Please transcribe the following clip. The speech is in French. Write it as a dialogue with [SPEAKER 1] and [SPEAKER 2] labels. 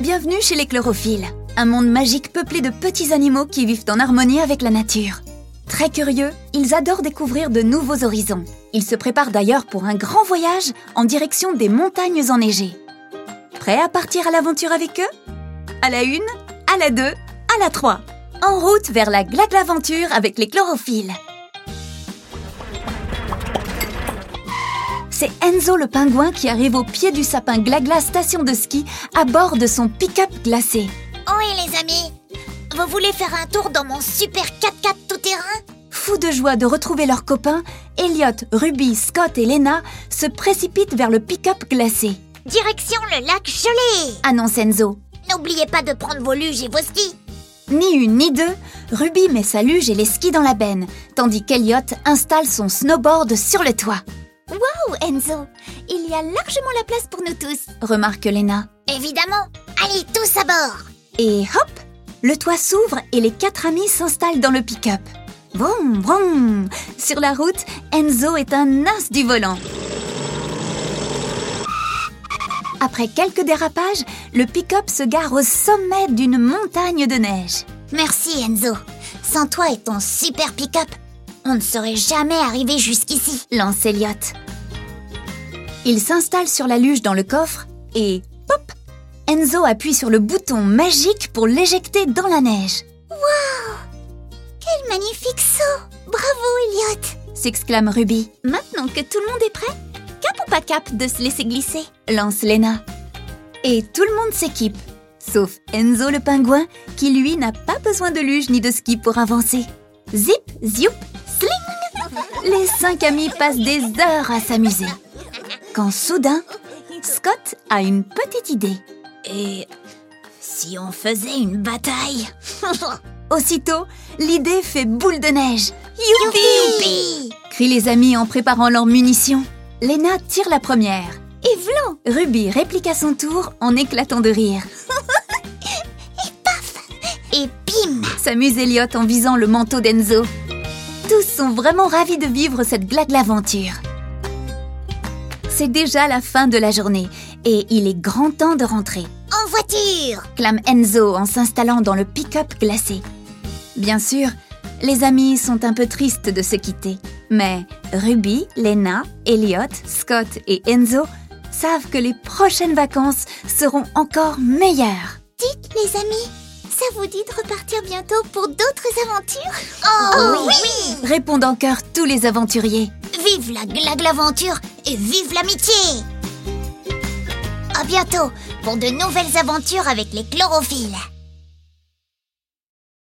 [SPEAKER 1] Bienvenue chez les chlorophylles, un monde magique peuplé de petits animaux qui vivent en harmonie avec la nature. Très curieux, ils adorent découvrir de nouveaux horizons. Ils se préparent d'ailleurs pour un grand voyage en direction des montagnes enneigées. Prêts à partir à l'aventure avec eux À la une, à la deux, à la trois. En route vers la glaglaventure avec les chlorophylles. C'est Enzo le pingouin qui arrive au pied du sapin Glagla station de ski à bord de son pick-up glacé.
[SPEAKER 2] Oui les amis, vous voulez faire un tour dans mon super 4x4 tout-terrain
[SPEAKER 1] Fous de joie de retrouver leurs copains, Elliot, Ruby, Scott et Lena se précipitent vers le pick-up glacé.
[SPEAKER 2] Direction le lac gelé
[SPEAKER 1] Annonce Enzo.
[SPEAKER 2] N'oubliez pas de prendre vos luges et vos skis
[SPEAKER 1] Ni une ni deux, Ruby met sa luge et les skis dans la benne, tandis qu'Elliot installe son snowboard sur le toit.
[SPEAKER 3] Waouh, Enzo Il y a largement la place pour nous tous
[SPEAKER 1] Remarque Lena.
[SPEAKER 2] Évidemment Allez tous à bord
[SPEAKER 1] Et hop Le toit s'ouvre et les quatre amis s'installent dans le pick-up. Vroom, vroom Sur la route, Enzo est un as du volant. Après quelques dérapages, le pick-up se gare au sommet d'une montagne de neige.
[SPEAKER 2] Merci Enzo Sans toi et ton super pick-up, on ne serait jamais arrivé jusqu'ici
[SPEAKER 1] Lance Elliot. Il s'installe sur la luge dans le coffre et pop Enzo appuie sur le bouton magique pour l'éjecter dans la neige.
[SPEAKER 2] Quel magnifique saut Bravo Elliot
[SPEAKER 1] S'exclame Ruby.
[SPEAKER 3] Maintenant que tout le monde est prêt, cap ou pas cap de se laisser glisser
[SPEAKER 1] lance Lena. Et tout le monde s'équipe, sauf Enzo le pingouin, qui lui n'a pas besoin de luge ni de ski pour avancer. Zip, zioup, sling Les cinq amis passent des heures à s'amuser. Quand soudain, Scott a une petite idée.
[SPEAKER 2] Et si on faisait une bataille
[SPEAKER 1] Aussitôt, l'idée fait boule de neige. Crient les amis en préparant leurs munitions. Lena tire la première.
[SPEAKER 3] Et vlan
[SPEAKER 1] Ruby réplique à son tour en éclatant de rire.
[SPEAKER 2] Et bim
[SPEAKER 1] S'amuse Elliot en visant le manteau d'Enzo. Tous sont vraiment ravis de vivre cette glague aventure. C'est déjà la fin de la journée et il est grand temps de rentrer,
[SPEAKER 2] En voiture
[SPEAKER 1] clame Enzo en s'installant dans le pick-up glacé. Bien sûr, les amis sont un peu tristes de se quitter, mais Ruby, Lena, Elliot, Scott et Enzo savent que les prochaines vacances seront encore meilleures.
[SPEAKER 3] Dites, les amis, ça vous dit de repartir bientôt pour d'autres aventures
[SPEAKER 2] Oh, oui,
[SPEAKER 1] Répondent en chœur tous les aventuriers.
[SPEAKER 2] Vive la glague l'aventure et vive l'amitié À bientôt pour de nouvelles aventures avec les chlorophylles